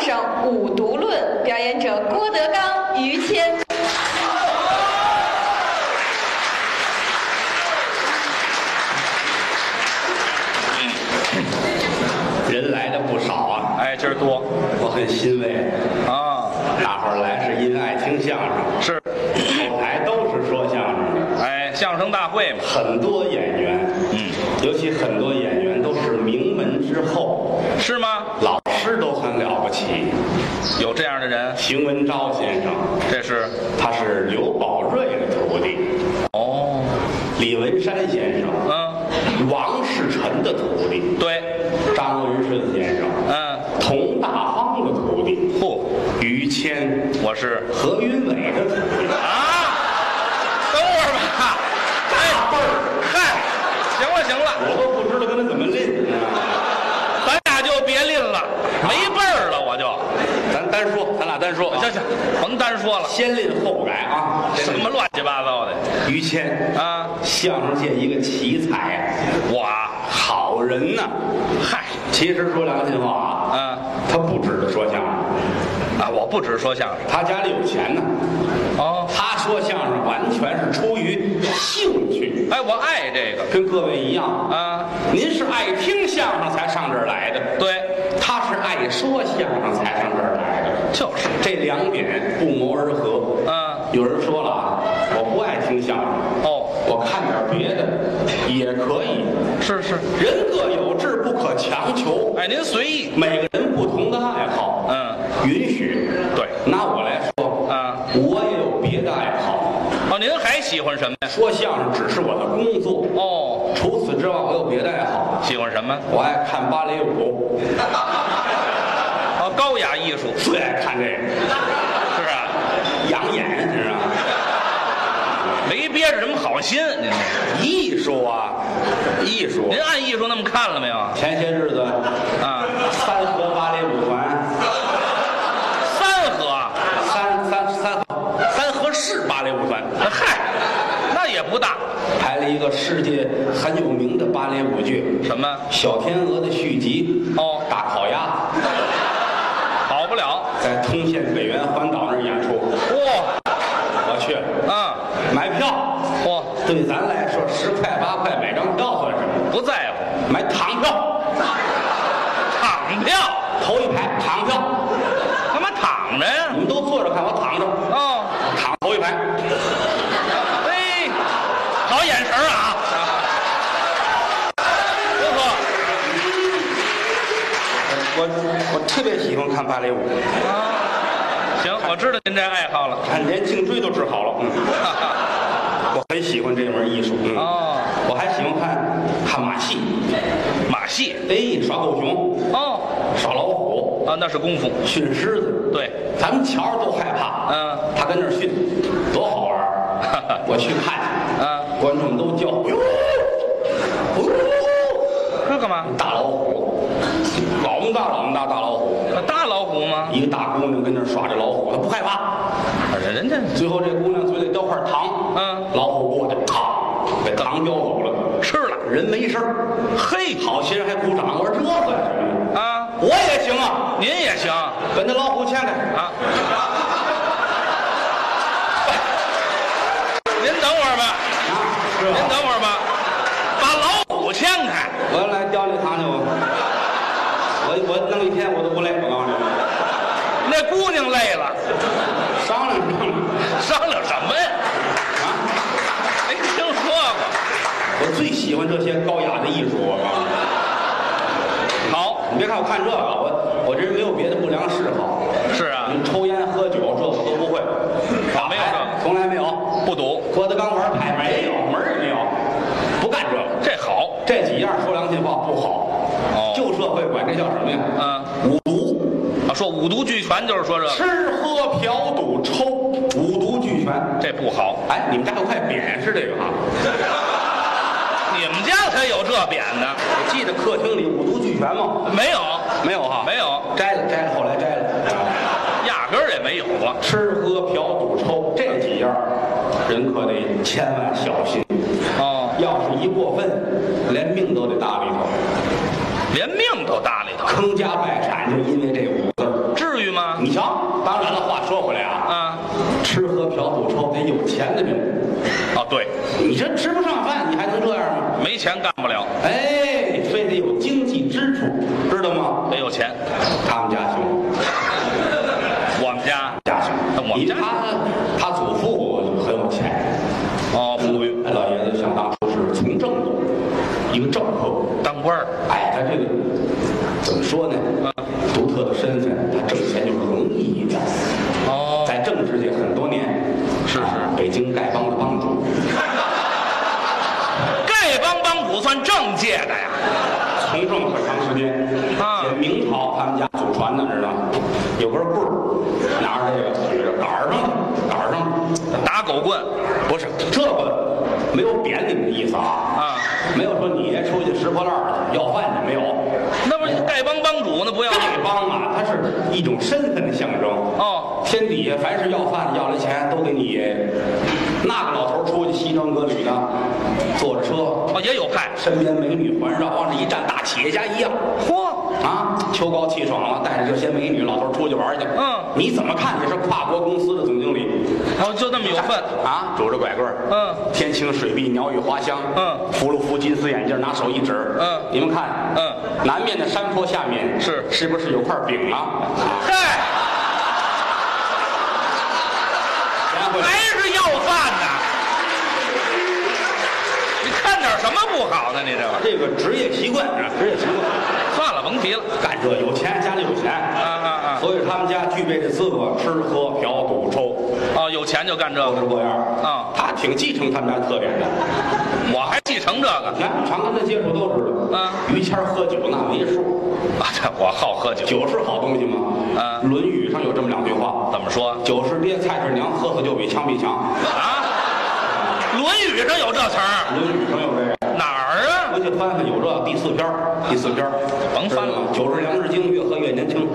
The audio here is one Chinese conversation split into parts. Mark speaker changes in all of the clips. Speaker 1: 声《五毒论》，表演者郭德纲、于谦。
Speaker 2: 人来的不少啊，
Speaker 3: 哎，今儿多
Speaker 2: 我很欣慰。
Speaker 3: 啊，
Speaker 2: 大伙儿来是因爱听相声，
Speaker 3: 是，
Speaker 2: 后台都是说相声的，
Speaker 3: 哎，相声大会嘛，
Speaker 2: 很多演员，
Speaker 3: 嗯，
Speaker 2: 尤其很多演员都是名门之后，
Speaker 3: 是吗？
Speaker 2: 老师都很了不起。
Speaker 3: 有这样的人，
Speaker 2: 邢文昭先生，
Speaker 3: 这是
Speaker 2: 他是刘宝瑞的徒弟；
Speaker 3: 哦，
Speaker 2: 李文山先生，
Speaker 3: 嗯，
Speaker 2: 王世臣的徒弟；
Speaker 3: 对，
Speaker 2: 张文顺先生，
Speaker 3: 嗯，
Speaker 2: 佟大方的徒弟；
Speaker 3: 不，
Speaker 2: 于谦、
Speaker 3: 哦我是
Speaker 2: 何云伟的徒弟。
Speaker 3: 啊，等会儿吧，哎，嗨，行了行了，
Speaker 2: 我都不知道跟他怎么拎。
Speaker 3: 咱俩就别吝了，没辈儿了我就，
Speaker 2: 咱单说，咱俩单说啊。
Speaker 3: 行行，甭单说了，
Speaker 2: 先吝后改啊。
Speaker 3: 什么？乱七八糟的
Speaker 2: 于谦，
Speaker 3: 啊，
Speaker 2: 相声界一个奇才啊，
Speaker 3: 我啊
Speaker 2: 好人呐。
Speaker 3: 嗨
Speaker 2: 其实说良心话啊，
Speaker 3: 啊
Speaker 2: 他不指着说相声，
Speaker 3: 啊，我不只说相声
Speaker 2: 他家里有钱呢。
Speaker 3: 哦，
Speaker 2: 他说相声完全是出于兴趣，
Speaker 3: 哎，我爱这个
Speaker 2: 跟各位一样。
Speaker 3: 啊，
Speaker 2: 您是爱听相声才上这儿来的，
Speaker 3: 对，
Speaker 2: 他是爱说相声才上这儿来的。
Speaker 3: 就是
Speaker 2: 这两点不谋而合。
Speaker 3: 啊，
Speaker 2: 有人说了啊，我不爱听相声，
Speaker 3: 哦。
Speaker 2: 我看点别的也可以。
Speaker 3: 是是，
Speaker 2: 人各有志，不可强求。
Speaker 3: 哎，您随意。
Speaker 2: 每个人不同的爱好，
Speaker 3: 嗯，
Speaker 2: 允许。
Speaker 3: 对，
Speaker 2: 拿我来说，
Speaker 3: 啊，
Speaker 2: 我也有别的爱好。
Speaker 3: 哦，您还喜欢什么呀？
Speaker 2: 说相声只是我的工作，
Speaker 3: 哦，
Speaker 2: 除此之外，我有别的爱好。
Speaker 3: 喜欢什么？
Speaker 2: 我爱看芭蕾舞，
Speaker 3: 哦，高雅艺术
Speaker 2: 最爱看这个，
Speaker 3: 是啊，
Speaker 2: 养眼，你知道吗？
Speaker 3: 没憋着什么好心。您这
Speaker 2: 艺术啊，艺术。啊
Speaker 3: 您按艺术那么看了没有？
Speaker 2: 前些日子，
Speaker 3: 啊，
Speaker 2: 三河芭蕾舞团，
Speaker 3: 三啊河，
Speaker 2: 三三三三河市芭蕾舞团
Speaker 3: 那嗨，那也不大。
Speaker 2: 排了一个世界很有名的芭蕾舞剧
Speaker 3: 什么？
Speaker 2: 《小天鹅》的续集
Speaker 3: 哦
Speaker 2: 大烤鸭
Speaker 3: 好不了。》
Speaker 2: 在通县北园环岛那儿演出，
Speaker 3: 嚯、
Speaker 2: 我去了，
Speaker 3: 啊，
Speaker 2: 买票
Speaker 3: 嚯、
Speaker 2: 对咱来说十块八块买张票算什么？
Speaker 3: 不在乎。
Speaker 2: 买躺票，
Speaker 3: 躺票，
Speaker 2: 头一排躺票，
Speaker 3: 干嘛躺着呀
Speaker 2: 你？们都坐着看，我躺着，
Speaker 3: 哦，
Speaker 2: 躺头一排，
Speaker 3: 嘿，好眼神儿啊，不错。
Speaker 2: 我我特别喜欢看芭蕾舞。
Speaker 3: 行，我知道您这爱好了。
Speaker 2: 看连颈椎都治好了。嗯，我很喜欢这门艺术。嗯，
Speaker 3: 哦，
Speaker 2: 我还喜欢看看马戏，
Speaker 3: 马戏。
Speaker 2: 哎，耍狗熊，
Speaker 3: 哦，
Speaker 2: 耍老虎，
Speaker 3: 啊，那是功夫。
Speaker 2: 训狮子。
Speaker 3: 对，
Speaker 2: 咱们瞧着都害怕。
Speaker 3: 嗯，
Speaker 2: 他跟那儿训，多好玩 儿！我去看去。
Speaker 3: 啊，
Speaker 2: 观众都叫，哎哟，哦，
Speaker 3: 这干嘛？
Speaker 2: 大老虎，老么大老么大大老虎，
Speaker 3: 那大老虎吗？啊
Speaker 2: 一个大姑娘跟那儿耍这老虎，她不害怕。
Speaker 3: 人人家
Speaker 2: 最后这姑娘嘴里叼块糖，
Speaker 3: 嗯
Speaker 2: 老虎过去，嘡，给糖叼走了。
Speaker 3: 吃了。
Speaker 2: 人没事儿，嘿，好些人还鼓掌。我说这算什么呀？
Speaker 3: 啊，
Speaker 2: 我也行啊，
Speaker 3: 您也行
Speaker 2: 把那老虎牵开。
Speaker 3: 啊。您等会儿吧，
Speaker 2: 啊，是
Speaker 3: 您
Speaker 2: 吧？
Speaker 3: 等会儿吧，把老虎牵开。
Speaker 2: 我要来叼那糖去，我我我弄一天我都不累，我告诉你。
Speaker 3: 那姑娘累了，
Speaker 2: 商量商量
Speaker 3: 商量什么呀？
Speaker 2: 啊！
Speaker 3: 没听说过。
Speaker 2: 我最喜欢这些高雅的艺术，我告诉你。
Speaker 3: 好，
Speaker 2: 你别看我看这个，我我这人没有别的不良嗜好，
Speaker 3: 是啊，
Speaker 2: 抽烟喝酒这我都不会，打
Speaker 3: 没有这
Speaker 2: 牌
Speaker 3: 个
Speaker 2: 从来没有。
Speaker 3: 不赌，
Speaker 2: 郭德纲玩牌没有，门儿也没有，不干这个。
Speaker 3: 这好。
Speaker 2: 这几样说良心话不好，
Speaker 3: 哦
Speaker 2: 旧社会管这叫什么呀？
Speaker 3: 嗯，
Speaker 2: 五毒：
Speaker 3: 啊，说五毒俱全就是说这个，
Speaker 2: 吃、喝、嫖、赌、抽，五毒俱全。
Speaker 3: 这不好。
Speaker 2: 哎，你们家有块匾是这个啊？
Speaker 3: 你们家才有这匾呢？
Speaker 2: 我记得客厅里五毒俱全吗？
Speaker 3: 没有，啊
Speaker 2: 没有哈，
Speaker 3: 没有，
Speaker 2: 摘了摘了，后来摘了。啊
Speaker 3: 压根儿也没有啊。
Speaker 2: 吃、喝、嫖、赌、抽这几样，人可得千万小心，
Speaker 3: 哦，
Speaker 2: 要是一过分，连命都得搭里头，
Speaker 3: 连命都搭里头。
Speaker 2: 坑家败产就因为这五个字儿。
Speaker 3: 至于吗？
Speaker 2: 你瞧，当然了，话说回来啊，
Speaker 3: 啊，
Speaker 2: 吃喝嫖赌抽得有钱的命。
Speaker 3: 哦对，
Speaker 2: 你这吃不上饭，你还能这样吗？
Speaker 3: 没钱干不了，
Speaker 2: 哎，非得有经济支柱，知道吗？
Speaker 3: 得有钱。
Speaker 2: 他们家穷，
Speaker 3: 我们家
Speaker 2: 家穷。
Speaker 3: 那我们家
Speaker 2: 你他他祖父很有钱，
Speaker 3: 哦，富裕，
Speaker 2: 老爷子想当初是从政的，一个政客。
Speaker 3: 当官儿，
Speaker 2: 哎，他这个怎么说呢？独特的身份，他挣钱就容易一点。
Speaker 3: 哦
Speaker 2: 在政治界很多年，
Speaker 3: 是是
Speaker 2: 啊北京丐帮的帮主，
Speaker 3: 丐帮帮主算政界的呀。
Speaker 2: 从政很长时间。
Speaker 3: 啊
Speaker 2: 写明朝他们家祖传的，知道吗？有根棍儿，拿着这个捋着杆儿上的，杆儿上的
Speaker 3: 打狗棍，
Speaker 2: 不是这个没有贬你们的意思啊
Speaker 3: 啊，
Speaker 2: 没有说你出去拾破烂儿去要饭去没有。
Speaker 3: 那不是丐帮帮主那不要
Speaker 2: 丐帮啊，它是一种身份的象征。
Speaker 3: 哦，
Speaker 2: 天底下凡是要饭的、要了钱，都给你。那个老头儿出去西装革履的，坐着车，
Speaker 3: 哦也有派，
Speaker 2: 身边美女环绕，往这一站，大企业家一样
Speaker 3: 嚯，
Speaker 2: 啊，秋高气爽了，带着这些美女老头儿出去玩儿去。
Speaker 3: 嗯
Speaker 2: 你怎么看也是跨国公司的总经理，
Speaker 3: 哦就那么有份，
Speaker 2: 啊，拄着拐棍儿，
Speaker 3: 嗯
Speaker 2: 天青水碧，鸟语花香，
Speaker 3: 嗯
Speaker 2: 扶了扶金丝眼镜，拿手一指，
Speaker 3: 嗯
Speaker 2: 你们看，
Speaker 3: 嗯，
Speaker 2: 南面的山坡下面
Speaker 3: 是
Speaker 2: 是不是有块饼啊？
Speaker 3: 嗨，
Speaker 2: 然后
Speaker 3: 还是要饭呐？你看点什么不好呢？你这玩意
Speaker 2: 这个职业习惯啊，职业习惯，
Speaker 3: 儿算了，甭提了。
Speaker 2: 干这有钱，家里有钱
Speaker 3: 啊啊啊！
Speaker 2: 所以他们家具备这资格，吃喝嫖赌抽
Speaker 3: 哦，有钱就干这
Speaker 2: 都是
Speaker 3: 个，
Speaker 2: 这样
Speaker 3: 啊
Speaker 2: 他挺继承他们家特点的。
Speaker 3: 我还继承这个
Speaker 2: 你看，常跟他接触都知道，
Speaker 3: 啊
Speaker 2: 于谦儿喝酒那没数，
Speaker 3: 啊！这我好喝酒，
Speaker 2: 酒是好东西吗？
Speaker 3: 啊
Speaker 2: 《论语》上有这么两句话，
Speaker 3: 怎么说
Speaker 2: 酒是爹，菜是娘，喝死就比枪毙强。
Speaker 3: 啊？《论语》上有这词
Speaker 2: 《
Speaker 3: 儿，
Speaker 2: 论语》上有这个，
Speaker 3: 哪儿啊？
Speaker 2: 回去翻翻有这第四篇儿，第四篇儿，
Speaker 3: 甭翻了
Speaker 2: 知道吗酒是粮食精，越喝越年 轻。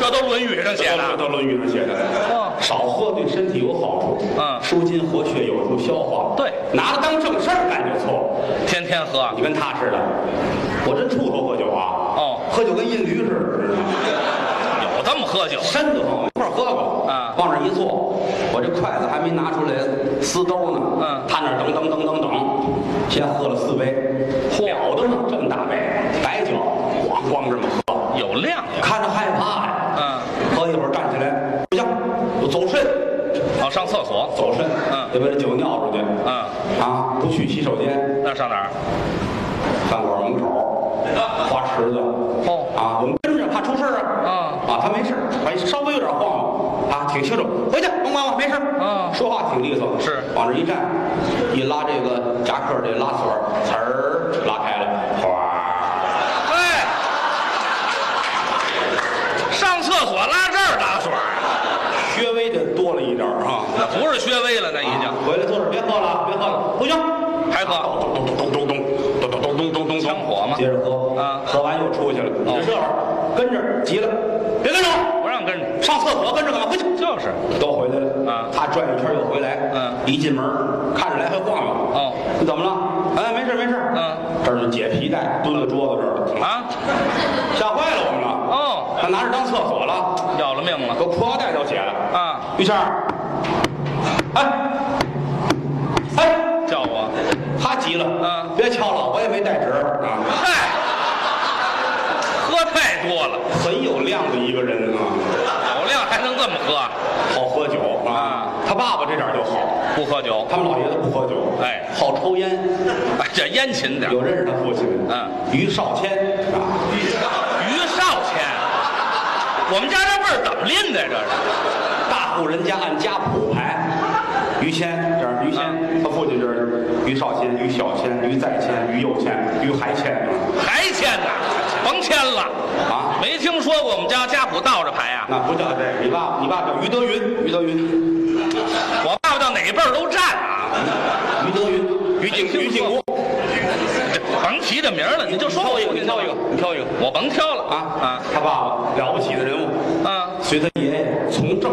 Speaker 3: 这都《论语》上写
Speaker 2: 这
Speaker 3: 的。
Speaker 2: 都《论语》上写的。
Speaker 3: 哦
Speaker 2: 少喝对身体有好处，
Speaker 3: 嗯
Speaker 2: 舒筋活血，有助消化。
Speaker 3: 对
Speaker 2: 拿它当正事儿干就错。
Speaker 3: 天天喝
Speaker 2: 你跟他似的，我真怵头喝酒啊！
Speaker 3: 哦
Speaker 2: 喝酒跟印驴似的，知道吗
Speaker 3: 有这么喝酒？
Speaker 2: 深得慌。我一块儿喝过，
Speaker 3: 啊
Speaker 2: 往这儿一坐，我这筷子还没拿出来，撕兜呢。
Speaker 3: 嗯
Speaker 2: 他那儿等等等等等，先喝了四杯，了得呢，这么大杯白酒，咣咣这么喝，
Speaker 3: 有量呀？
Speaker 2: 看着害怕呀。
Speaker 3: 嗯，
Speaker 2: 喝一会儿站起来，不行，我走肾，
Speaker 3: 哦，上厕所。
Speaker 2: 走肾，
Speaker 3: 嗯
Speaker 2: 得把这酒尿出去，
Speaker 3: 嗯，
Speaker 2: 啊，不去洗手间，
Speaker 3: 那上哪儿？
Speaker 2: 饭馆门口花池子，
Speaker 3: 哦
Speaker 2: 啊，我们跟着怕出事啊，
Speaker 3: 嗯
Speaker 2: 啊，他没事，哎，稍微有点晃啊，挺清楚，回去甭管我，没事，
Speaker 3: 嗯
Speaker 2: 说话挺利索，
Speaker 3: 是
Speaker 2: 往这一站，一拉这个夹克这拉锁，呲儿拉开了，哗，
Speaker 3: 哎，上厕所拉这儿打水儿，
Speaker 2: 略微的多了一点儿啊。
Speaker 3: 那不是薛微了，那已
Speaker 2: 啊
Speaker 3: 经
Speaker 2: 回来坐着，别喝了，别喝了，不行，
Speaker 3: 还喝
Speaker 2: 咚咚咚咚咚咚咚咚咚咚咚，
Speaker 3: 枪火吗
Speaker 2: 接？着喝
Speaker 3: 啊
Speaker 2: 喝完又出去了。你这会儿跟着急了，别跟着我，
Speaker 3: 不让跟着，
Speaker 2: 上厕所跟着干嘛？回去。
Speaker 3: 就是
Speaker 2: 都回来了
Speaker 3: 啊
Speaker 2: 他转一圈又回来，
Speaker 3: 嗯
Speaker 2: 一进门看着来回晃悠，
Speaker 3: 哦，
Speaker 2: 你怎么了？哎，没事没事，
Speaker 3: 嗯，
Speaker 2: 这儿就解皮带，蹲在桌子这儿了，
Speaker 3: 啊，
Speaker 2: 吓坏了我们了，
Speaker 3: 哦，
Speaker 2: 他拿着当厕所了，
Speaker 3: 要了命了
Speaker 2: 把裤腰带都解了，
Speaker 3: 啊！
Speaker 2: 于谦儿，哎，哎。
Speaker 3: 叫我，
Speaker 2: 他急了，
Speaker 3: 嗯
Speaker 2: 别敲了，我也没带纸啊，
Speaker 3: 嗨，喝太多了，
Speaker 2: 很有量的一个人啊，
Speaker 3: 有量还能这么喝？
Speaker 2: 好喝酒
Speaker 3: 啊。
Speaker 2: 他爸爸这点就好，
Speaker 3: 不喝酒，
Speaker 2: 他们老爷子不喝酒，
Speaker 3: 哎
Speaker 2: 好抽烟，
Speaker 3: 哎，这烟勤点儿。
Speaker 2: 有认识他父亲的，
Speaker 3: 嗯，
Speaker 2: 于少谦啊，
Speaker 3: 于少谦，我们家这辈儿怎么拎的？这是
Speaker 2: 大户人家按家谱排，于谦这儿，于谦，他父亲这儿，于少谦、于小谦、于再谦、于右谦、于还谦
Speaker 3: 还签呢？甭签了。
Speaker 2: 啊，
Speaker 3: 没听说过我们家家谱倒着排啊！
Speaker 2: 那不叫这个，你爸你爸叫于德云，于德云，
Speaker 3: 我爸爸到哪辈儿都占啊！
Speaker 2: 于德云，于景于景国，
Speaker 3: 这甭提这名儿了，你就说我
Speaker 2: 你挑一个，你挑一个。
Speaker 3: 我甭挑了
Speaker 2: 啊
Speaker 3: 啊
Speaker 2: 他爸爸了不起的人物，
Speaker 3: 啊啊！
Speaker 2: 随他爷爷从政，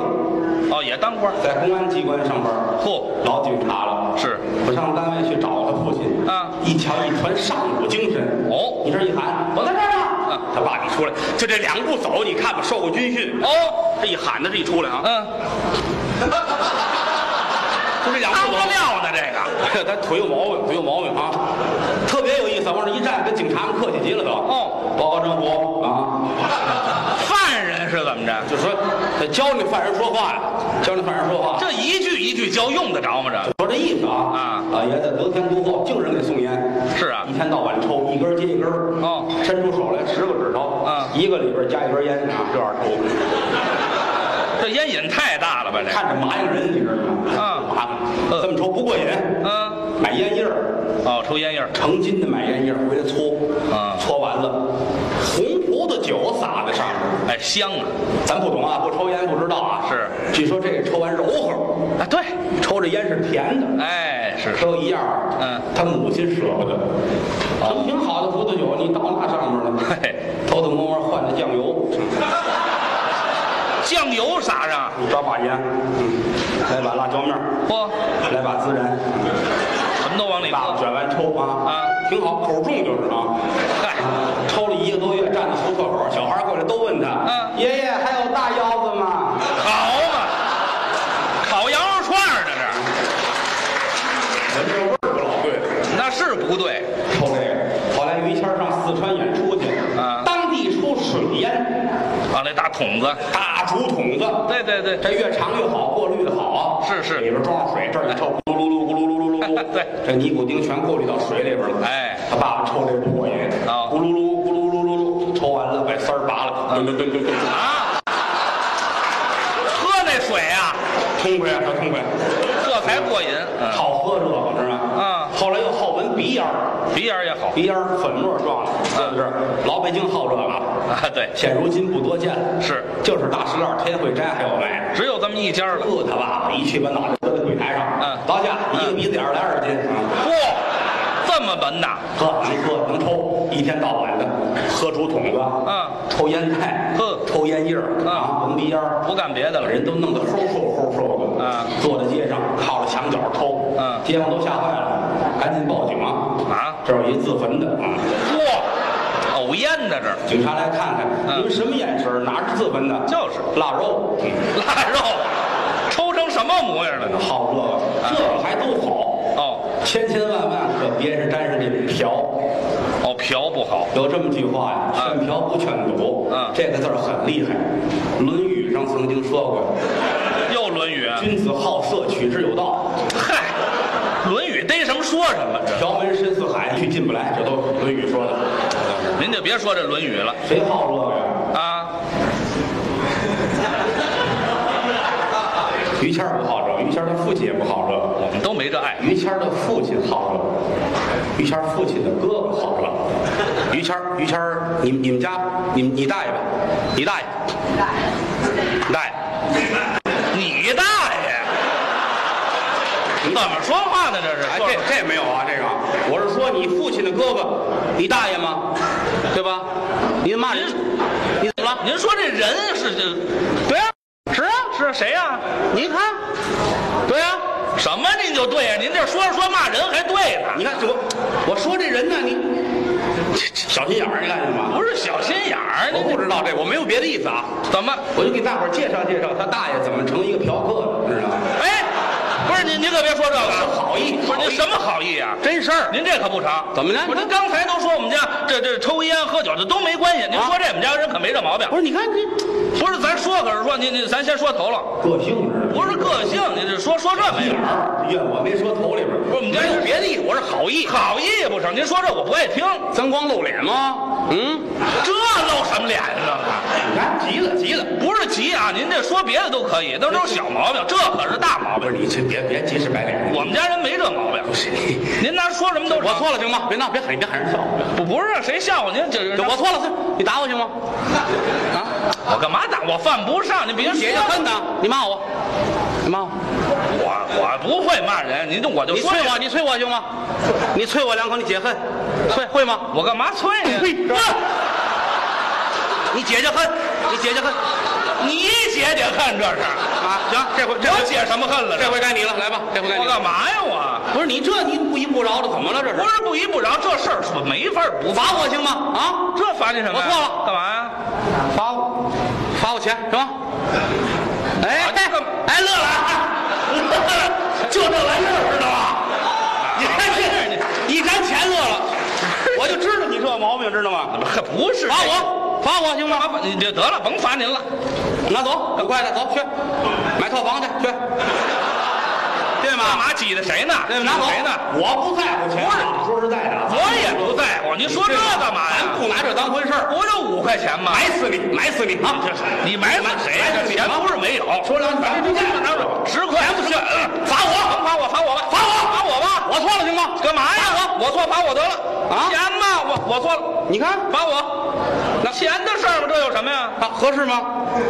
Speaker 3: 哦，也当官儿，
Speaker 2: 在公安机关上班，
Speaker 3: 嚯
Speaker 2: 老警察了。
Speaker 3: 是
Speaker 2: 我上单位去找他父亲，
Speaker 3: 啊
Speaker 2: 一瞧一传上古精神，
Speaker 3: 哦
Speaker 2: 你这一喊，我在这儿呢，
Speaker 3: 啊
Speaker 2: 他爸一出来，就这两步走，你看吧，受过军训，
Speaker 3: 哦，
Speaker 2: 这一喊的这一出来啊，
Speaker 3: 嗯，
Speaker 2: 就这两步走，
Speaker 3: 他不撂呢这个。
Speaker 2: 个，哎他腿有毛病，腿有毛病啊，特别有意思，往那一站，跟警察们客气极了都。
Speaker 3: 哦，
Speaker 2: 报告政府啊，
Speaker 3: 犯人是怎么着？
Speaker 2: 就说得教那犯人说话呀，教那犯人说话。
Speaker 3: 这一句一句教，用得着吗？这
Speaker 2: 说这意思啊嗯
Speaker 3: 啊
Speaker 2: 老爷子得天独厚，净是给送烟。
Speaker 3: 是啊
Speaker 2: 一天到晚抽，一根接一根。
Speaker 3: 哦
Speaker 2: 伸出手来十个指头，
Speaker 3: 嗯
Speaker 2: 一个里边加一根烟啊，这样抽，
Speaker 3: 这烟瘾太大了吧？这，
Speaker 2: 看着麻痒人，你知道吗？
Speaker 3: 嗯
Speaker 2: 麻烦
Speaker 3: 嗯
Speaker 2: 这么抽不过瘾。
Speaker 3: 嗯，
Speaker 2: 买烟叶儿，
Speaker 3: 哦，抽烟叶儿，
Speaker 2: 成斤的买烟叶儿回来搓，
Speaker 3: 啊
Speaker 2: 搓完了，红葡萄酒撒在上面。
Speaker 3: 哎，香啊！
Speaker 2: 咱不懂啊，不抽烟不知道啊。
Speaker 3: 是，
Speaker 2: 据说这个抽完柔和，
Speaker 3: 啊，对，
Speaker 2: 抽着烟是甜的。
Speaker 3: 哎，是
Speaker 2: 只有一样儿，
Speaker 3: 嗯哦
Speaker 2: 他母亲舍不得，成挺好的葡萄酒，你倒那上面了，
Speaker 3: 嘿
Speaker 2: 偷偷摸摸换的酱油，
Speaker 3: 酱油撒上，
Speaker 2: 你抓把盐，嗯，来把辣椒面儿，
Speaker 3: 嚯，
Speaker 2: 来把孜然，
Speaker 3: 什么都往里
Speaker 2: 大
Speaker 3: 搁，
Speaker 2: 卷完抽啊，
Speaker 3: 啊
Speaker 2: 挺好，口重就是啊。
Speaker 3: 嗨，
Speaker 2: 抽了一个多月，站在厨厕口，小孩儿过来都问他：“
Speaker 3: 嗯
Speaker 2: 爷爷还有大腰子吗
Speaker 3: 好嘛，烤羊肉串儿这？”
Speaker 2: 闻这味儿不老对。
Speaker 3: 是，那是不对，
Speaker 2: 抽这个，后来于谦儿上四川演出去，
Speaker 3: 啊
Speaker 2: 当地出水烟，
Speaker 3: 啊，那大桶子，
Speaker 2: 大竹筒子，
Speaker 3: 对对对，
Speaker 2: 这越长越好，过滤的好啊。
Speaker 3: 是是
Speaker 2: 里边装上水，这儿一抽，咕噜噜噜咕噜噜噜噜噜，
Speaker 3: 对
Speaker 2: 这尼古丁全过滤到水里边了。
Speaker 3: 哎
Speaker 2: 他爸爸抽这不过瘾
Speaker 3: 啊
Speaker 2: 咕噜噜咕噜噜噜噜，抽完了把丝儿拔了，
Speaker 3: 嗯
Speaker 2: 噔噔噔噔噔，
Speaker 3: 啊，喝那水啊，
Speaker 2: 痛快啊，这痛快，
Speaker 3: 这才过瘾，嗯，
Speaker 2: 好喝这个是吧？
Speaker 3: 嗯
Speaker 2: 后来又好闻鼻烟儿，
Speaker 3: 鼻炎也好
Speaker 2: 鼻烟儿粉末状的，是
Speaker 3: 嗯
Speaker 2: 不是？老北京好这个啊，
Speaker 3: 啊，对，
Speaker 2: 现如今不多见了，
Speaker 3: 是
Speaker 2: 就是大石栏天惠斋还有卖。
Speaker 3: 只有这么一家了，
Speaker 2: 饿他爸爸一去把脑袋搁在柜台上，
Speaker 3: 嗯
Speaker 2: 劳驾一个鼻子眼儿来二斤啊。
Speaker 3: 嚯，这么文呐，
Speaker 2: 喝能喝能抽，一天到晚的喝出桶子，
Speaker 3: 嗯
Speaker 2: 抽烟袋，
Speaker 3: 呵
Speaker 2: 抽烟叶儿，
Speaker 3: 嗯
Speaker 2: 啊，闻鼻烟儿，
Speaker 3: 不干别的
Speaker 2: 把
Speaker 3: 了，
Speaker 2: 人都弄得齁齁齁齁的，
Speaker 3: 啊，
Speaker 2: 坐在街上靠着墙角抽，
Speaker 3: 嗯
Speaker 2: 街坊都吓坏了，赶紧报警啊！
Speaker 3: 啊
Speaker 2: 这有一自焚的啊，
Speaker 3: 嚯，呕烟呢这儿，
Speaker 2: 警察来看看，
Speaker 3: 嗯
Speaker 2: 你们什么眼神儿？哪是自焚的？
Speaker 3: 就是
Speaker 2: 腊肉，嗯
Speaker 3: 腊肉，抽成什么模样了都，
Speaker 2: 好
Speaker 3: 嗯
Speaker 2: 这个，这个还都好。
Speaker 3: 哦
Speaker 2: 千千万万可别是沾上这嫖，
Speaker 3: 哦，嫖不好，
Speaker 2: 有这么句话呀，
Speaker 3: 啊
Speaker 2: 劝嫖不劝赌。
Speaker 3: 嗯
Speaker 2: 这个字儿很厉害，《论语》上曾经说过
Speaker 3: 又《论语》，：“啊
Speaker 2: 君子好色，取之有道。
Speaker 3: 嗨，《论语》逮什么说什么，这
Speaker 2: 嫖门深似海，欲进不来。”这都是《论语》说的。
Speaker 3: 您就别说这《论语》了
Speaker 2: 谁好这个呀？
Speaker 3: 啊，
Speaker 2: 于谦儿不好这个，于谦儿的父亲也不好这个。
Speaker 3: 我们都没这爱，
Speaker 2: 于谦儿的父亲好这个，于谦儿父亲的哥哥好这个。于谦儿，于谦儿，你你们家，你你大爷吧，你大爷，你大爷，
Speaker 3: 你大爷，怎么说话呢这是？
Speaker 2: 哎，
Speaker 3: 说
Speaker 2: 这这没有啊，这个我是说你父亲的哥哥，你大爷吗？对吧？您骂人，你怎么了？
Speaker 3: 您说这人是这，对啊，是啊，是啊，谁呀、
Speaker 2: 您看，对呀、啊，
Speaker 3: 什么您就对呀、您这说着说骂人还对呢，
Speaker 2: 你看我我说这人呢，你切切小心眼儿，你干什么？
Speaker 3: 不是小心眼儿，
Speaker 2: 我
Speaker 3: 您
Speaker 2: 不知道这，我没有别的意思啊，
Speaker 3: 怎么？
Speaker 2: 我就给大伙儿介绍介绍他大爷怎么成一个嫖客的，知道吗？
Speaker 3: 哎，不是您，您可别说这个啊，
Speaker 2: 好意
Speaker 3: 不是您什么好意啊？
Speaker 2: 真事儿
Speaker 3: 您这可不成，
Speaker 2: 怎么了
Speaker 3: 我这刚才都说我们家这这抽烟喝酒这都没关系，您说这我们家人可没这毛病
Speaker 2: 啊不。是，你看这
Speaker 3: 不是，咱说可是说，您您咱先说头了，
Speaker 2: 个性知道吗？
Speaker 3: 不是个性，您这说说这没有
Speaker 2: 眼，儿，怨我没说头里边儿，
Speaker 3: 不是我们家
Speaker 2: 没有
Speaker 3: 人
Speaker 2: 别的意思，我是好意，
Speaker 3: 好意也不成。您说这我不爱听，
Speaker 2: 咱光露脸吗？嗯。
Speaker 3: 这露什么脸呢？
Speaker 2: 你看，急了，急了！
Speaker 3: 不是急啊，您这说别的都可以，那都是小毛病，这可是大毛
Speaker 2: 啊，不
Speaker 3: 病。
Speaker 2: 是你这别别急赤白脸，
Speaker 3: 我们家人没这毛病，
Speaker 2: 不是
Speaker 3: 您拿说什么都
Speaker 2: 我错了行吗？别闹，别喊，别喊人笑。
Speaker 3: 不不是啊谁笑话您，这是
Speaker 2: 这我错了，你打我行吗？啊，
Speaker 3: 我干嘛打我犯不上，您别
Speaker 2: 解决
Speaker 3: 说
Speaker 2: 恨呢？你骂我，你骂我，
Speaker 3: 我我不会骂人，您就我就
Speaker 2: 你
Speaker 3: 说
Speaker 2: 啐我，你啐我行吗？你啐我两口，你解恨，啐会吗？
Speaker 3: 我干嘛催
Speaker 2: 呸！
Speaker 3: 您？
Speaker 2: 你解解恨，你解解恨
Speaker 3: 你解解恨这是，
Speaker 2: 啊！行，这回这
Speaker 3: 我
Speaker 2: 回
Speaker 3: 解什么恨了？
Speaker 2: 这回该你了，来吧，这回该你
Speaker 3: 我
Speaker 2: 了。
Speaker 3: 干嘛呀我？
Speaker 2: 不是你这你不依不饶的，怎么了这
Speaker 3: 不
Speaker 2: 是？
Speaker 3: 是不依不饶，这事儿说我没法不
Speaker 2: 罚我行吗？啊，
Speaker 3: 这罚你什么呀？
Speaker 2: 我错了
Speaker 3: 干嘛呀？
Speaker 2: 罚我，罚我钱行吗？哎
Speaker 3: 啊
Speaker 2: 哎
Speaker 3: 这个
Speaker 2: 哎，乐了啊，乐了，就这玩意儿知道吗？你看
Speaker 3: 哎
Speaker 2: 这一沾钱乐了，我就知道你这有毛病知道吗？
Speaker 3: 还不是
Speaker 2: 罚
Speaker 3: 这个，
Speaker 2: 我，罚我行吗？
Speaker 3: 罚我，你就得了，甭罚您了。
Speaker 2: 那走，赶快的，走去买套房去，去，对
Speaker 3: 干
Speaker 2: 吗？
Speaker 3: 嘛挤的谁呢？
Speaker 2: 对吧？拿
Speaker 3: 拿
Speaker 2: 走
Speaker 3: 谁呢？，
Speaker 2: 我不在乎钱啊。说实在的啊，
Speaker 3: 我也不在乎，您说这干嘛呀
Speaker 2: 咱？不拿这当回事儿，
Speaker 3: 不就五块钱吗？
Speaker 2: 埋死你，埋死你啊！
Speaker 3: 你埋死谁
Speaker 2: 埋
Speaker 3: 呀？这
Speaker 2: 死你
Speaker 3: 钱
Speaker 2: 啊
Speaker 3: 不是没有，
Speaker 2: 说两句，
Speaker 3: 这这拿走十块，钱不行，罚我，罚我，罚我吧，罚我，罚我吧，
Speaker 2: 我错了行吗？
Speaker 3: 干嘛呀？我我错，罚我得了
Speaker 2: 啊
Speaker 3: 钱嘛，我我错了，
Speaker 2: 你看
Speaker 3: 罚我，那钱的事儿嘛，这有什么呀？
Speaker 2: 啊，合适吗？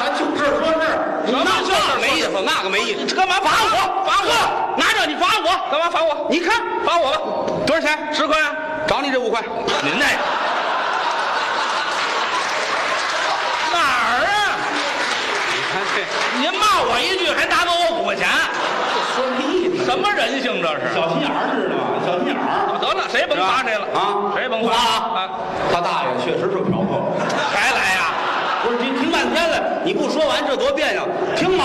Speaker 2: 咱就事说事，那
Speaker 3: 这
Speaker 2: 个
Speaker 3: 是
Speaker 2: 没意思，那个没意思。
Speaker 3: 干嘛罚我？罚我，
Speaker 2: 拿着你罚我，
Speaker 3: 干嘛罚我？
Speaker 2: 你看
Speaker 3: 罚我吧，
Speaker 2: 多少钱？
Speaker 3: 十块啊。
Speaker 2: 找你这五块，
Speaker 3: 您那哪儿啊？
Speaker 2: 你看这
Speaker 3: 您骂我一句，还拿走我五块钱，
Speaker 2: 说什么意思？
Speaker 3: 什么人性这是？
Speaker 2: 小心眼儿知道吗？小心眼儿。
Speaker 3: 得了，谁甭罚谁了
Speaker 2: 啊！
Speaker 3: 谁甭
Speaker 2: 不
Speaker 3: 罚
Speaker 2: 罚
Speaker 3: 啊？
Speaker 2: 啊！他大爷确实是嫖客。
Speaker 3: 还来呀、
Speaker 2: 不是您听半天了，你不说完这多别扭，听吧，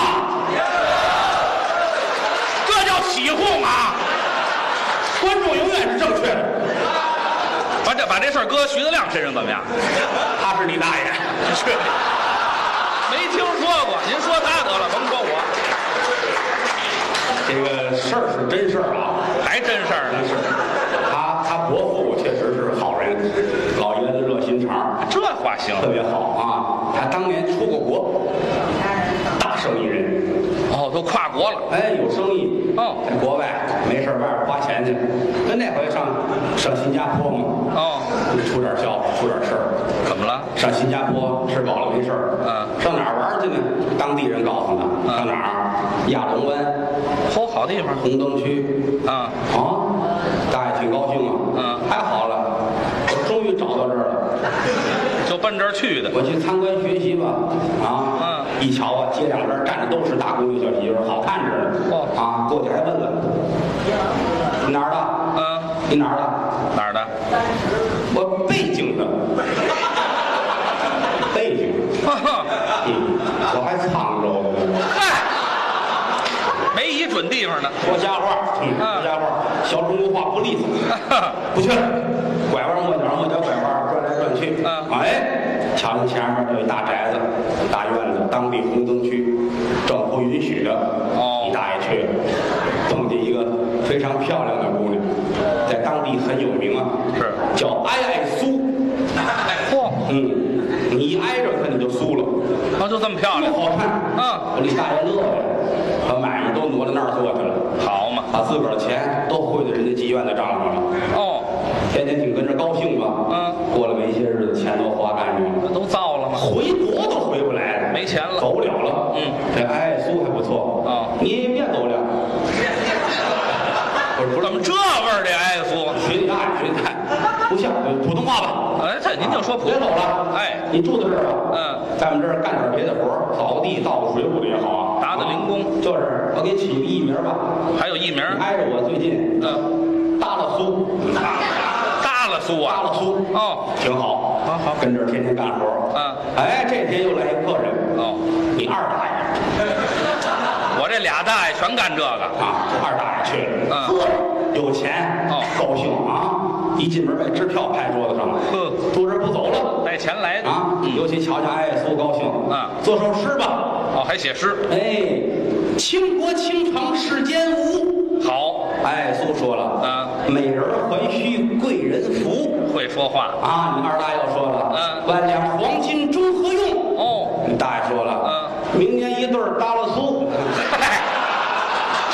Speaker 3: 这叫起哄啊！
Speaker 2: 观众永远是正确的。
Speaker 3: 把这把这事儿搁徐德亮身上怎么样？
Speaker 2: 他是你大 爷，
Speaker 3: 去，没听说过，您说他得了，甭说我，
Speaker 2: 这个事儿是真事儿啊。
Speaker 3: 还真事儿
Speaker 2: 真
Speaker 3: 呢。
Speaker 2: 是，他他伯父确实是好人，老爷子热心肠，
Speaker 3: 这话行
Speaker 2: 特别好啊。他当年出过国，大生意人，
Speaker 3: 哦，都跨国了，
Speaker 2: 哎，有生意
Speaker 3: 哦
Speaker 2: 在国外没事儿外边花钱去。跟那回上上新加坡嘛，
Speaker 3: 哦，
Speaker 2: 出点笑话，出点事儿。
Speaker 3: 怎么了？
Speaker 2: 上新加坡吃饱了没事儿，
Speaker 3: 嗯
Speaker 2: 上哪儿玩儿去呢？当地人告诉他，
Speaker 3: 嗯
Speaker 2: 上哪儿？亚龙湾
Speaker 3: 嚯，好地方
Speaker 2: 红灯区。
Speaker 3: 啊！
Speaker 2: 啊，大爷挺高兴啊。
Speaker 3: 嗯
Speaker 2: 太好了，我终于找到这儿了，
Speaker 3: 就奔这儿去的。
Speaker 2: 我去参观学习吧。啊，一瞧啊，街两边站着都是大姑娘小媳妇儿，好看着呢。
Speaker 3: 哦
Speaker 2: 啊，过去还问问，你哪儿的？
Speaker 3: 嗯，
Speaker 2: 你哪儿的？
Speaker 3: 哪儿的？
Speaker 2: 我北京的。北京，
Speaker 3: 哈哈，
Speaker 2: 嗯，我还沧州的。
Speaker 3: 嗨，没一准地方呢。
Speaker 2: 说瞎话，嗯，说瞎话，小中国话不利 索。
Speaker 3: 哈哈
Speaker 2: 不去了，拐弯抹角抹角拐弯，转来转去。
Speaker 3: 嗯
Speaker 2: 哎，瞧见前面有一大宅子，大院子，当地红灯区，政府允许的。
Speaker 3: 哦
Speaker 2: 你大爷去了，碰见一个非常漂亮的姑娘，在当地很有名啊，
Speaker 3: 是哎
Speaker 2: 叫艾艾苏。
Speaker 3: 嚯，
Speaker 2: 嗯，你一挨着她你就酥了，
Speaker 3: 哦，就这么漂亮
Speaker 2: 又，好看。
Speaker 3: 嗯
Speaker 2: 我李大爷乐呀，把买卖都挪到那儿做去了，
Speaker 3: 好嘛？
Speaker 2: 把自个儿的钱都汇到人家妓院的账上了。
Speaker 3: 哦，
Speaker 2: 天天挺跟着高兴吧。
Speaker 3: 嗯，
Speaker 2: 过了没些日子，钱都花干净了，
Speaker 3: 都造了吗？
Speaker 2: 回国都回不来了，
Speaker 3: 没钱了
Speaker 2: 走不了了。
Speaker 3: 嗯，
Speaker 2: 这艾苏还不错。
Speaker 3: 哦
Speaker 2: 你别走 了。不是不是
Speaker 3: 怎么这味儿的艾夫？
Speaker 2: 学你大爷，学你大爷，不像呃普通话吧？啊
Speaker 3: 哎，这您就说普
Speaker 2: 别
Speaker 3: 通
Speaker 2: 走了，
Speaker 3: 哎
Speaker 2: 你住在这儿吧？
Speaker 3: 嗯，
Speaker 2: 在我们这儿干点别的活儿，扫个地、倒个水果的也好啊，
Speaker 3: 打打零工
Speaker 2: 啊就是我给你起个艺名吧，
Speaker 3: 还有艺名，
Speaker 2: 你挨着我最近，
Speaker 3: 嗯，
Speaker 2: 耷拉苏，
Speaker 3: 大了苏
Speaker 2: 耷
Speaker 3: 啊，
Speaker 2: 拉苏，
Speaker 3: 哦，
Speaker 2: 挺好，
Speaker 3: 好好
Speaker 2: 跟这儿天天干活。
Speaker 3: 嗯，
Speaker 2: 哎，这天又来一客人，啊
Speaker 3: 哦，
Speaker 2: 你二大爷
Speaker 3: 我这俩大爷全干这个，
Speaker 2: 啊，这二大爷去了，
Speaker 3: 嗯
Speaker 2: 呵，有钱，
Speaker 3: 哦
Speaker 2: 高兴啊！一进门把支票拍桌子上了，
Speaker 3: 嗯，
Speaker 2: 坐这儿不走了
Speaker 3: 带钱来的
Speaker 2: 啊！尤其瞧瞧艾苏高兴，
Speaker 3: 嗯
Speaker 2: 做首诗吧，
Speaker 3: 哦，还写诗，
Speaker 2: 哎，倾国倾城世间无。
Speaker 3: 好，
Speaker 2: 艾苏说
Speaker 3: 嗯
Speaker 2: 了，美人还须贵人扶
Speaker 3: 会说话，
Speaker 2: 啊！你二大爷又说了，
Speaker 3: 嗯
Speaker 2: 万两黄金终何用？
Speaker 3: 哦，
Speaker 2: 你大爷说了，
Speaker 3: 嗯
Speaker 2: 明年一对儿耷拉苏，
Speaker 3: 嗨，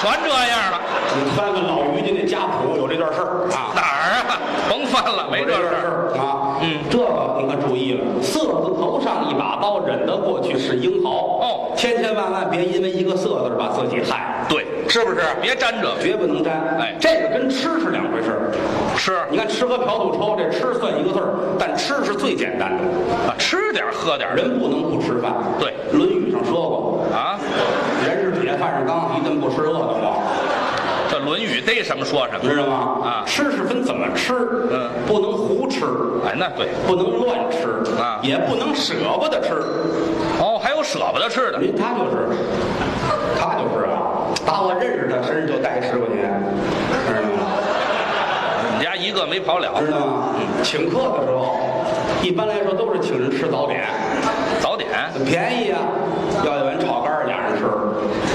Speaker 3: 全这样了，
Speaker 2: 你翻翻老于家那家谱，有这段事儿啊，
Speaker 3: 哪儿啊？甭翻了，没
Speaker 2: 有
Speaker 3: 这
Speaker 2: 段
Speaker 3: 事
Speaker 2: 事
Speaker 3: 儿。
Speaker 2: 儿啊。
Speaker 3: 嗯
Speaker 2: 这个您可注意了，色字头上一把刀，忍得过去是英豪。
Speaker 3: 哦
Speaker 2: 千千万万别因为一个色字把自己害，
Speaker 3: 对，
Speaker 2: 是不是？
Speaker 3: 别沾这个，
Speaker 2: 绝不能沾。
Speaker 3: 哎
Speaker 2: 这个跟吃是两回事儿。
Speaker 3: 吃
Speaker 2: 你看吃喝嫖赌抽，这吃算一个字儿，但吃是最简单的，
Speaker 3: 啊，吃点儿喝点儿
Speaker 2: 人不能不吃饭。
Speaker 3: 对
Speaker 2: 《论语》上说过，
Speaker 3: 啊，
Speaker 2: 人是铁，饭是钢，一顿不吃饿得慌。
Speaker 3: 这《论语》逮为什么说什么
Speaker 2: 知？道吗？
Speaker 3: 啊
Speaker 2: 吃是分怎么吃，
Speaker 3: 嗯
Speaker 2: 不能胡吃，
Speaker 3: 哎，那对，
Speaker 2: 不能乱吃
Speaker 3: 啊
Speaker 2: 也不能舍不得吃。
Speaker 3: 哦，还有舍不得吃的，
Speaker 2: 您他就是，他就是啊，打我认识他身上就带十块钱，知道吗？
Speaker 3: 你们家一个没跑了，
Speaker 2: 知道吗？请客的时候，一般来说都是请人吃早点，
Speaker 3: 早点
Speaker 2: 很便宜啊，要一碗炒肝儿俩人吃，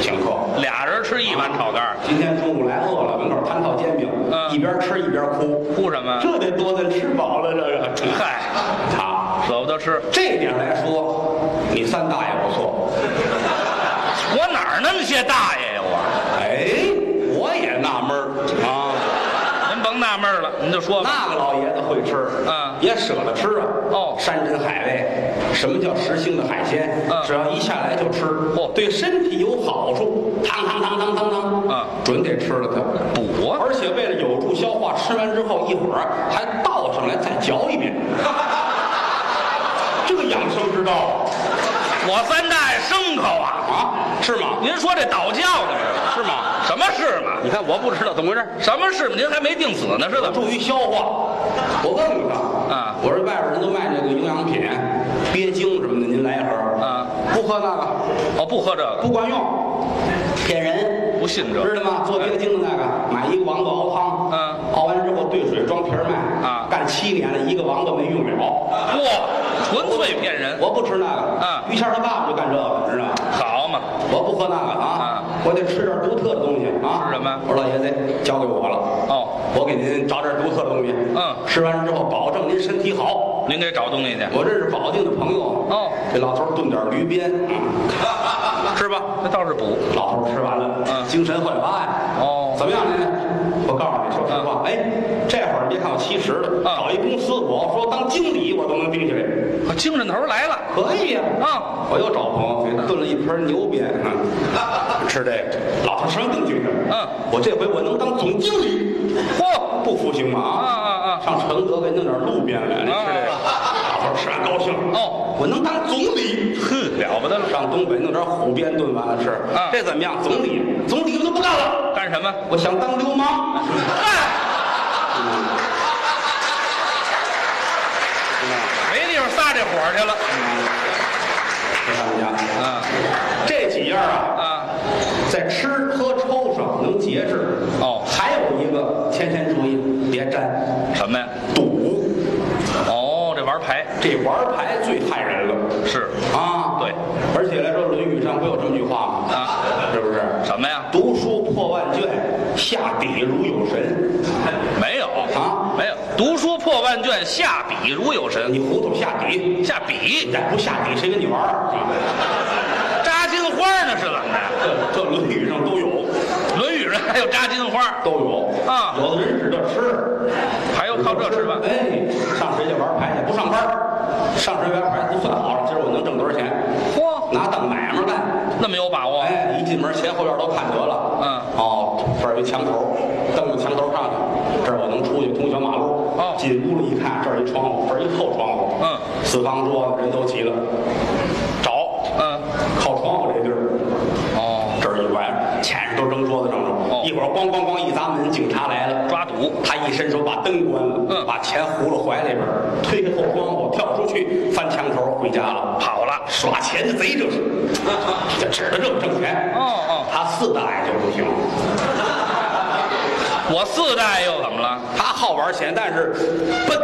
Speaker 2: 请客。
Speaker 3: 俩人吃一碗炒肝儿，
Speaker 2: 今天中午来饿了，门口摊套煎饼，
Speaker 3: 嗯
Speaker 2: 一边吃一边哭，
Speaker 3: 哭什么？
Speaker 2: 啊这得多咱吃饱了这是。
Speaker 3: 嗨，
Speaker 2: 啊，
Speaker 3: 舍不得吃，
Speaker 2: 这点来说，你三大爷不错。
Speaker 3: 我哪儿那么些大爷呀我？
Speaker 2: 哎，我也纳闷儿啊，
Speaker 3: 您甭纳闷儿了，您就说吧。
Speaker 2: 那个老爷子会吃，
Speaker 3: 嗯
Speaker 2: 也舍得吃啊。
Speaker 3: 哦
Speaker 2: 山珍海味，什么叫时兴的海鲜？
Speaker 3: 嗯
Speaker 2: 只要一下来就吃，
Speaker 3: 哦
Speaker 2: 对身体有好处。汤汤汤汤汤汤，
Speaker 3: 嗯
Speaker 2: 准得吃了它。
Speaker 3: 补啊，
Speaker 2: 而且为了有助消化，吃完之后一会儿还倒上来再嚼一遍， 这个养生之道
Speaker 3: 我三大爷牲口啊！
Speaker 2: 啊，是吗？
Speaker 3: 您说这倒教的是是吗？什么是吗？
Speaker 2: 你看我不知道怎么回事，
Speaker 3: 什么是吗？您还没定死呢，是怎么？
Speaker 2: 助于消化。我问过他，
Speaker 3: 啊
Speaker 2: 我说外边人都卖这个营养品，鳖精什么的，您来一盒儿
Speaker 3: 啊，
Speaker 2: 不喝那个，
Speaker 3: 哦，不喝这个，
Speaker 2: 不管用，骗人，
Speaker 3: 不信这
Speaker 2: 知道吗？做鳖精的那个，买一个王八熬汤，
Speaker 3: 嗯
Speaker 2: 熬完之后兑水装瓶儿卖，
Speaker 3: 啊嗯
Speaker 2: 干七年了，一个王八没用了。
Speaker 3: 哇，纯粹骗人，
Speaker 2: 我不吃那个，
Speaker 3: 啊
Speaker 2: 于谦儿他爸爸就干这个，知道吗？
Speaker 3: 好嘛？
Speaker 2: 我不喝那个啊
Speaker 3: 啊，
Speaker 2: 我得吃点独特的东西啊。
Speaker 3: 吃什么
Speaker 2: 我说老爷子交给我了。
Speaker 3: 哦，
Speaker 2: 我给您找点独特的东西，
Speaker 3: 嗯
Speaker 2: 吃完之后保证您身体好。
Speaker 3: 您给找东西去，
Speaker 2: 我认识保定的朋友，啊
Speaker 3: 哦
Speaker 2: 这老头儿炖点驴鞭，
Speaker 3: 吃吧，那倒是补。
Speaker 2: 老头儿吃完了，
Speaker 3: 嗯
Speaker 2: 精神焕发呀，
Speaker 3: 哦
Speaker 2: 怎么样您？我告诉你，说实话，哎，这会儿别看我七十了，
Speaker 3: 嗯
Speaker 2: 找一公司，我要说当经理，我都能定下来，
Speaker 3: 啊精神头儿来了
Speaker 2: 可以呀。
Speaker 3: 啊！
Speaker 2: 我又找朋友给炖了一盆牛鞭， 啊吃这个，老头儿什么都精神，
Speaker 3: 嗯，
Speaker 2: 我这回我能当总经理，嚯，不服行吗？
Speaker 3: 啊啊啊！
Speaker 2: 上承德给弄点路边来，您吃这个，
Speaker 3: 啊
Speaker 2: 老头儿吃完高兴。
Speaker 3: 哦，
Speaker 2: 我能当总理，
Speaker 3: 哼，了不得了，
Speaker 2: 上东北弄点虎鞭炖完了吃，
Speaker 3: 啊
Speaker 2: 这怎么样？总理，总理我都不干了，
Speaker 3: 干什么？
Speaker 2: 我想当流氓。嗯
Speaker 3: 嗨，没地方撒这火去了。
Speaker 2: 这他们家
Speaker 3: 啊
Speaker 2: 这几样啊，
Speaker 3: 啊，
Speaker 2: 在吃喝抽上能节制。
Speaker 3: 哦
Speaker 2: 还有一个，天天注意别沾
Speaker 3: 什么呀？
Speaker 2: 赌，
Speaker 3: 哦，这玩牌
Speaker 2: 这玩牌最害人了
Speaker 3: 是
Speaker 2: 啊。
Speaker 3: 对，
Speaker 2: 而且来说，《论语》上不有这么句话吗？
Speaker 3: 啊，
Speaker 2: 是不是？
Speaker 3: 什么呀？
Speaker 2: 读书破万卷，下笔如有神。
Speaker 3: 没有
Speaker 2: 啊
Speaker 3: 没有。读书破万卷，下笔如有神。
Speaker 2: 你糊涂下笔，
Speaker 3: 下笔
Speaker 2: 你再不下笔，谁跟你玩儿？
Speaker 3: 扎金花呢是怎么的？
Speaker 2: 这这《论语》上都有，
Speaker 3: 《论语》上还有扎金花，
Speaker 2: 都有
Speaker 3: 啊
Speaker 2: 有的人指着吃，
Speaker 3: 还有靠这吃饭。
Speaker 2: 哎，上谁家玩牌去？不上班儿，上谁家玩牌？你算好了，今儿我能挣多少钱？
Speaker 3: 嚯，
Speaker 2: 拿当买卖干。
Speaker 3: 那么有把握？
Speaker 2: 哎，一进门前后院都看得了。
Speaker 3: 嗯
Speaker 2: 哦，这儿有一墙头，蹬着墙头上去，这儿我能出去通小马路。
Speaker 3: 哦
Speaker 2: 进屋里一看，这儿一窗户，这儿一后窗户。
Speaker 3: 嗯，
Speaker 2: 四方桌子人都齐了，找
Speaker 3: 嗯，
Speaker 2: 靠窗户这地儿。
Speaker 3: 哦，
Speaker 2: 这儿一玩，钱都扔桌子上了。
Speaker 3: 哦
Speaker 2: 一会儿咣咣咣一砸门，警察来了，
Speaker 3: 抓赌
Speaker 2: 他一伸手把灯关了，
Speaker 3: 嗯
Speaker 2: 把钱糊了怀里边儿，推开后窗户跳出去，翻墙头回家了，
Speaker 3: 跑了。
Speaker 2: 耍钱的贼 这是，这指着这么挣钱。
Speaker 3: 哦哦，
Speaker 2: 他四大爷就不行，
Speaker 3: 我四代又怎么了？
Speaker 2: 他好玩钱，但是笨，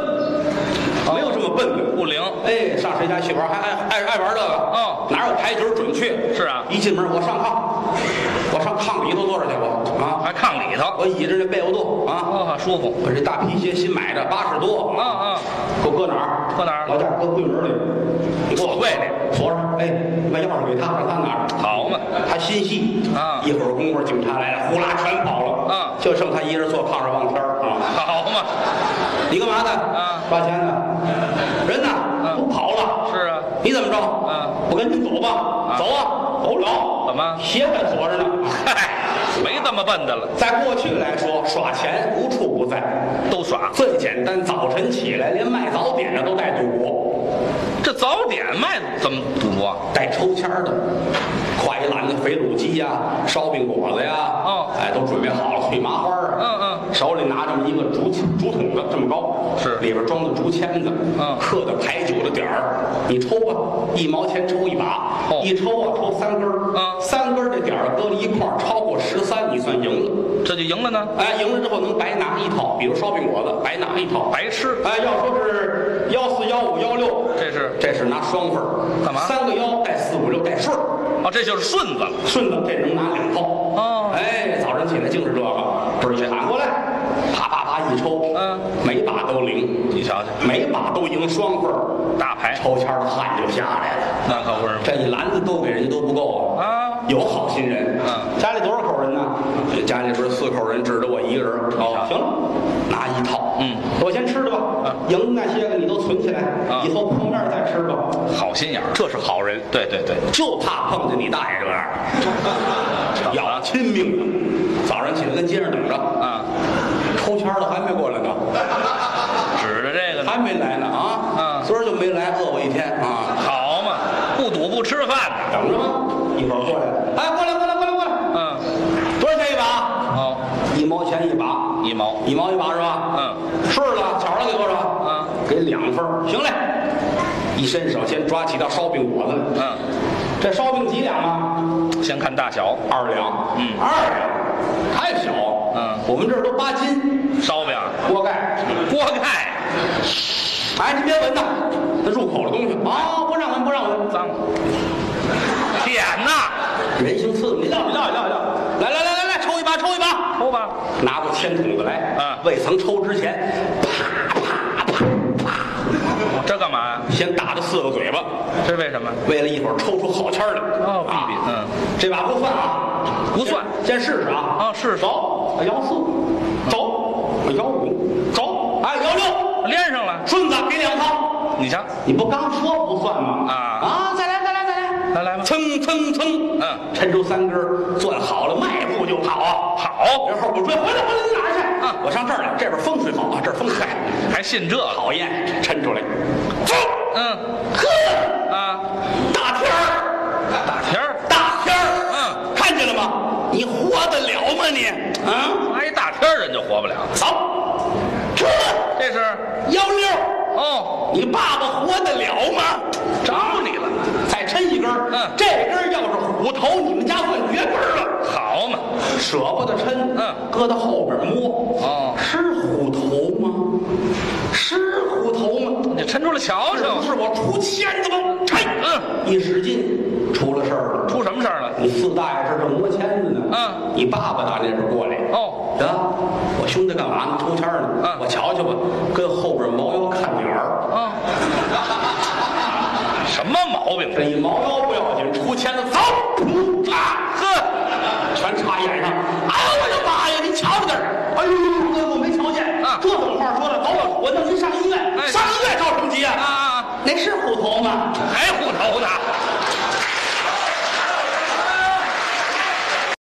Speaker 2: 没有这么笨的。
Speaker 3: 不灵。
Speaker 2: 哎，上谁家去玩？还爱爱爱玩这个？
Speaker 3: 哦
Speaker 2: 哪有台球准确？
Speaker 3: 是啊
Speaker 2: 一进门我上炕，我上炕里头坐着去，我啊，
Speaker 3: 还炕里头，
Speaker 2: 我倚着这被窝肚啊，
Speaker 3: 哦，舒服。
Speaker 2: 我这大皮鞋新买的，八十多
Speaker 3: 啊，啊，
Speaker 2: 给我搁哪儿？
Speaker 3: 搁哪儿
Speaker 2: 老家搁柜门里，
Speaker 3: 锁柜里
Speaker 2: 锁上。哎，把钥匙给他，让他拿着。
Speaker 3: 好嘛，
Speaker 2: 他心细
Speaker 3: 啊
Speaker 2: 一会儿功夫警察来了，呼啦全跑了
Speaker 3: 啊
Speaker 2: 就剩他一人坐炕上望天儿啊。
Speaker 3: 好嘛，
Speaker 2: 你干嘛呢？
Speaker 3: 啊
Speaker 2: 花钱呢？人呢？都跑了。
Speaker 3: 是啊，
Speaker 2: 你怎么着？
Speaker 3: 嗯
Speaker 2: 啊我跟你走吧。走啊，走不了。
Speaker 3: 怎么
Speaker 2: 鞋还锁着呢。
Speaker 3: 嗨，没这这么笨的了，
Speaker 2: 在过去来说，耍钱无处不在，
Speaker 3: 都耍。
Speaker 2: 最简单，早晨起来连卖早点的都带赌博，
Speaker 3: 这早点卖怎么赌博啊？
Speaker 2: 带抽签儿的，挎一篮子肥卤鸡呀、烧饼果子呀，
Speaker 3: 哦
Speaker 2: 哎，都准备好了，碎麻花儿啊，
Speaker 3: 嗯
Speaker 2: 嗯，手里拿这么一个竹竹筒子，这么高，
Speaker 3: 是
Speaker 2: 里边装的竹签子，
Speaker 3: 嗯
Speaker 2: 刻的牌九的点儿，你抽吧，一毛钱抽一把，
Speaker 3: 哦
Speaker 2: 一抽啊抽三根儿，
Speaker 3: 嗯
Speaker 2: 三根儿这点儿搁一块儿，超过十三你算赢了。
Speaker 3: 这就赢了呢，
Speaker 2: 哎，赢了之后能白拿一套，比如烧饼果子，白拿一套。
Speaker 3: 白吃。
Speaker 2: 哎，要说是幺四幺五幺六，
Speaker 3: 这是
Speaker 2: 这是拿双份儿
Speaker 3: 干嘛
Speaker 2: 三个幺带四五六带顺儿，
Speaker 3: 哦，这就是顺子了。
Speaker 2: 顺子这能拿两套。
Speaker 3: 哦
Speaker 2: 哎，早上起来净是这个，不是去喊过来，啪啪啪一抽，
Speaker 3: 嗯，
Speaker 2: 每把都灵，
Speaker 3: 你瞧瞧，
Speaker 2: 每把都赢双份儿，
Speaker 3: 打牌
Speaker 2: 抽签儿的汗就下来了，
Speaker 3: 那可不是吗？
Speaker 2: 这一篮子都给人都不够啊。
Speaker 3: 啊，
Speaker 2: 有好心人，
Speaker 3: 嗯
Speaker 2: 家里多少口人呢？家里边四口人，指着我一个人。哦，行了，拿一套，
Speaker 3: 嗯，
Speaker 2: 我先吃着吧，赢的那些个你都存起来，
Speaker 3: 嗯
Speaker 2: 以后碰面再吃吧。
Speaker 3: 好心眼儿。
Speaker 2: 这是好人，
Speaker 3: 对对对，
Speaker 2: 就怕碰见你大爷这样 的，要了亲命了。早上起来跟街上等着，
Speaker 3: 啊，
Speaker 2: 抽签的还没过来呢，
Speaker 3: 指着这个呢，
Speaker 2: 还没来呢啊，
Speaker 3: 嗯
Speaker 2: 今儿就没来，饿我一天啊，
Speaker 3: 好嘛，不赌不吃饭呢。
Speaker 2: 等着吧，一会儿过来了，哎，过来过来过来过来，
Speaker 3: 嗯，
Speaker 2: 多少钱一把？
Speaker 3: 好，
Speaker 2: 一毛钱一把，
Speaker 3: 一毛。
Speaker 2: 一毛一把是吧？
Speaker 3: 嗯，
Speaker 2: 顺了，巧了，给多少？
Speaker 3: 嗯，
Speaker 2: 给两份儿。行嘞，一伸手先抓起到烧饼果子来。
Speaker 3: 嗯，
Speaker 2: 这烧饼几两啊？
Speaker 3: 先看大小，
Speaker 2: 二两。
Speaker 3: 嗯
Speaker 2: 二两，太小。
Speaker 3: 嗯
Speaker 2: 我们这儿都八斤
Speaker 3: 烧饼，
Speaker 2: 锅盖。
Speaker 3: 锅盖，
Speaker 2: 哎，您别闻呐，那入口的东西啊，不让闻，不让闻，
Speaker 3: 脏，舔呐，
Speaker 2: 人行刺激。你撂，你撂，你撂，你撂。来来来来来，抽一把，抽一把。
Speaker 3: 抽吧。
Speaker 2: 拿过铅筒子来，
Speaker 3: 嗯
Speaker 2: 未曾抽之前，啪啪啪，
Speaker 3: 这干嘛呀？
Speaker 2: 先打他四个嘴巴。
Speaker 3: 这为什么？
Speaker 2: 为了一会儿抽出好签儿来。
Speaker 3: 哦比比
Speaker 2: 啊
Speaker 3: 嗯，
Speaker 2: 这把不算啊，
Speaker 3: 不算
Speaker 2: 先，先试试啊。
Speaker 3: 啊试试嗯
Speaker 2: 走，啊幺四，走，啊幺五，走，哎，幺六，
Speaker 3: 连上了。
Speaker 2: 顺子给两套。
Speaker 3: 你瞧，
Speaker 2: 你不刚说不算吗？
Speaker 3: 啊
Speaker 2: 啊，再来，再来，再来，
Speaker 3: 来来吧。
Speaker 2: 蹭蹭蹭，
Speaker 3: 嗯
Speaker 2: 抻出三根儿，攥好了，迈步就跑啊，
Speaker 3: 好，
Speaker 2: 人后边追，回来，回来，你哪儿去？
Speaker 3: 啊
Speaker 2: 我上这儿来，这边风水好啊，这儿风嗨，
Speaker 3: 还信这个？
Speaker 2: 讨厌，抻出来，走，
Speaker 3: 嗯
Speaker 2: 呵，
Speaker 3: 啊，
Speaker 2: 大天儿。
Speaker 3: 打天儿，
Speaker 2: 大天儿，
Speaker 3: 嗯
Speaker 2: 看见了吗？你活得了吗你？啊，
Speaker 3: 挨大天儿人就活不了。
Speaker 2: 走，这
Speaker 3: 这是
Speaker 2: 幺六，
Speaker 3: 哦，
Speaker 2: 你爸爸活得了吗？找你了，再抻一根儿，
Speaker 3: 嗯
Speaker 2: 这根儿要是虎头，你们家算绝根儿了。
Speaker 3: 好嘛，
Speaker 2: 舍不得抻，
Speaker 3: 嗯
Speaker 2: 搁到后边摸，
Speaker 3: 哦
Speaker 2: 是虎头吗？是虎头吗？
Speaker 3: 你抻出来瞧
Speaker 2: 这不
Speaker 3: 瞧，
Speaker 2: 是我出签子吗？抻，
Speaker 3: 嗯，
Speaker 2: 一使劲，出了事儿了。
Speaker 3: 出什么事儿了？
Speaker 2: 你四大爷这正磨签子呢，
Speaker 3: 嗯，
Speaker 2: 你爸爸打那边过来，
Speaker 3: 哦，
Speaker 2: 啊，我兄弟干嘛呢？抽签呢？
Speaker 3: 嗯
Speaker 2: 我瞧瞧吧，跟后边猫腰看鸟儿，
Speaker 3: 啊，什么毛病？
Speaker 2: 这一猫腰不要紧，出签子走，啪，呵，全插眼上。哎呦我的妈呀！你瞧着点儿，哎呦，哥我没瞧见，
Speaker 3: 啊
Speaker 2: 这怎么话说的？走吧，我弄您上医院，
Speaker 3: 哎
Speaker 2: 上医院着什么急啊？
Speaker 3: 啊，
Speaker 2: 那是虎头吗？
Speaker 3: 还虎头呢？